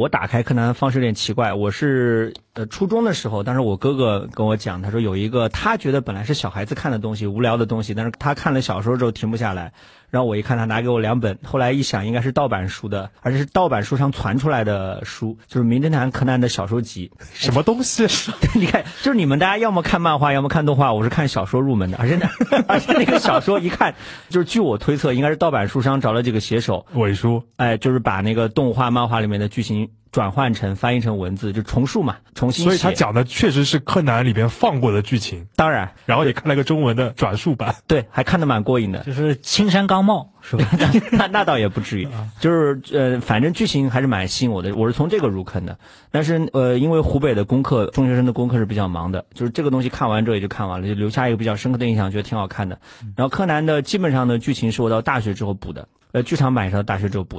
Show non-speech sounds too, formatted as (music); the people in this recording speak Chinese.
我打开柯南方式有点奇怪，我是呃初中的时候，当时我哥哥跟我讲，他说有一个他觉得本来是小孩子看的东西，无聊的东西，但是他看了小说之后停不下来，然后我一看他拿给我两本，后来一想应该是盗版书的，而且是盗版书上传出来的书，就是《名侦探柯南》的小说集。 (laughs) 什么东西？你看，就是你们大家要么看漫画，要么看动画，我是看小说入门的，而且那 (laughs) 而且那个小说一看，就是据我推测，应该是盗版书商找了几个写手， (laughs) 伪书哎，就是把那个动画、漫画里面的剧情转换成翻译成文字，就重述嘛，重新写。所以他讲的确实是柯南里边放过的剧情，当然然后也看了个中文的转述版。对，还看得蛮过瘾的。就是青山刚茂是吧？ (laughs) 那那倒也不至于，啊就是呃，反正剧情还是蛮吸引我的，我是从这个入坑的。但是呃，因为湖北的功课，中学生的功课是比较忙的，就是这个东西看完之后也就看完了，就留下一个比较深刻的印象，觉得挺嗯好看的。然后柯南的基本上的剧情是我到大学之后补的，呃，剧场版也是到大学之后补的。